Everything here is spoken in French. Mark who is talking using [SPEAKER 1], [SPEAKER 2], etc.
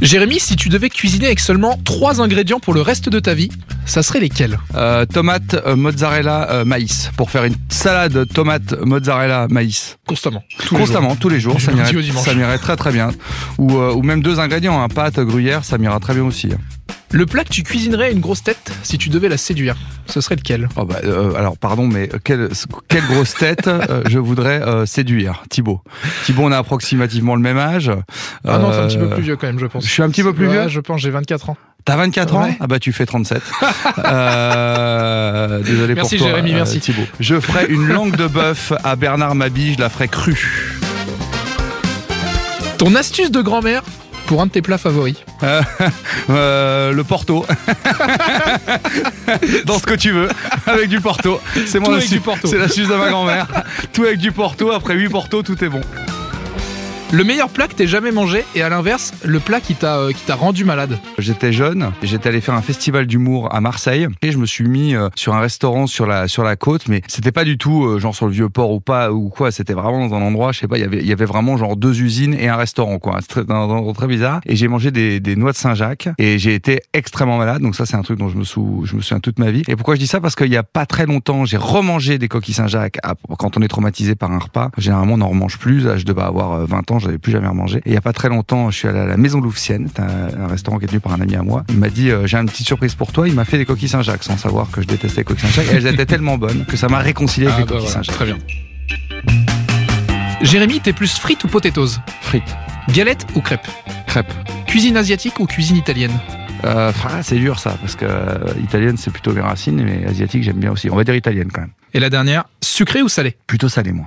[SPEAKER 1] Jérémy, si tu devais cuisiner avec seulement trois ingrédients pour le reste de ta vie, ça serait lesquels
[SPEAKER 2] Euh, tomate, euh, mozzarella, euh, maïs. Pour faire une salade tomate, mozzarella, maïs.
[SPEAKER 1] Constamment.
[SPEAKER 2] Constamment, tous les jours.
[SPEAKER 1] Du
[SPEAKER 2] ça
[SPEAKER 1] lundi au
[SPEAKER 2] m'irait
[SPEAKER 1] dimanche.
[SPEAKER 2] ça m'irait très très bien. Ou, euh, ou même deux ingrédients, hein, pâte, gruyère, ça m'ira très bien aussi.
[SPEAKER 1] Le plat que tu cuisinerais à une grosse tête si tu devais la séduire, ce serait lequel
[SPEAKER 2] Oh bah, euh, alors pardon, mais quelle, quelle grosse tête euh, je voudrais euh, séduire, Thibaut. Thibaut, on a approximativement le même âge.
[SPEAKER 1] Ah non, c'est un
[SPEAKER 2] Euh,
[SPEAKER 1] petit peu plus vieux quand même, je pense.
[SPEAKER 2] je suis un petit peu plus
[SPEAKER 1] Ouais,
[SPEAKER 2] vieux
[SPEAKER 1] Je pense, j'ai 24 ans.
[SPEAKER 2] T'as 24 ans
[SPEAKER 1] Ouais.
[SPEAKER 2] Ah bah tu fais 37. euh, désolé
[SPEAKER 1] Merci
[SPEAKER 2] pour toi,
[SPEAKER 1] Jérémy,
[SPEAKER 2] euh,
[SPEAKER 1] merci.
[SPEAKER 2] Thibaut. Je ferai une langue de bœuf à Bernard Mabille, je la ferai crue.
[SPEAKER 1] Ton astuce de grand-mère pour un de tes plats favoris
[SPEAKER 2] Euh, le Porto. Dans ce que tu veux, avec du Porto. C'est
[SPEAKER 1] Tout
[SPEAKER 2] mon
[SPEAKER 1] avec
[SPEAKER 2] astuce.
[SPEAKER 1] du Porto.
[SPEAKER 2] C'est l'astuce de ma grand-mère. Tout avec du Porto, après 8 Porto, tout est bon.
[SPEAKER 1] Le meilleur plat que t'aies jamais mangé et à l'inverse, le plat qui t'a euh, qui t'a rendu malade.
[SPEAKER 2] J'étais jeune, j'étais allé faire un festival d'humour à Marseille et je me suis mis euh, sur un restaurant sur la sur la côte, mais c'était pas du tout euh, genre sur le vieux port ou pas ou quoi, c'était vraiment dans un endroit, je sais pas, il y avait il y avait vraiment genre deux usines et un restaurant quoi, c'était dans un endroit très bizarre et j'ai mangé des, des noix de Saint-Jacques et j'ai été extrêmement malade, donc ça c'est un truc dont je me sou, je me souviens toute ma vie. Et pourquoi je dis ça parce qu'il y a pas très longtemps, j'ai remangé des coquilles Saint-Jacques à- quand on est traumatisé par un repas, généralement on n'en remange plus, là je devais avoir euh, 20 ans, j'avais plus jamais remangé. Et il y a pas très longtemps, je suis allé à la Maison Louvecienne, c'est un, un restaurant qui est tenu par un ami à moi. Il m'a dit euh, j'ai une petite surprise pour toi, il m'a fait des coquilles Saint-Jacques sans savoir que je détestais les coquilles Saint-Jacques. Et Elles étaient tellement bonnes que ça m'a réconcilié
[SPEAKER 1] Ah,
[SPEAKER 2] avec
[SPEAKER 1] bah
[SPEAKER 2] les coquilles Saint-Jacques.
[SPEAKER 1] très bien. Jérémy, t'es plus frites ou potatoes
[SPEAKER 2] Frites,
[SPEAKER 1] Galette ou crêpes
[SPEAKER 2] crêpes.
[SPEAKER 1] Cuisine asiatique ou cuisine italienne
[SPEAKER 2] Euh, ah, c'est dur ça parce que euh, italienne c'est plutôt mes racines, mais asiatique j'aime bien aussi. On va dire italienne quand même.
[SPEAKER 1] Et la dernière, sucrée ou salée
[SPEAKER 2] Plutôt salé moi.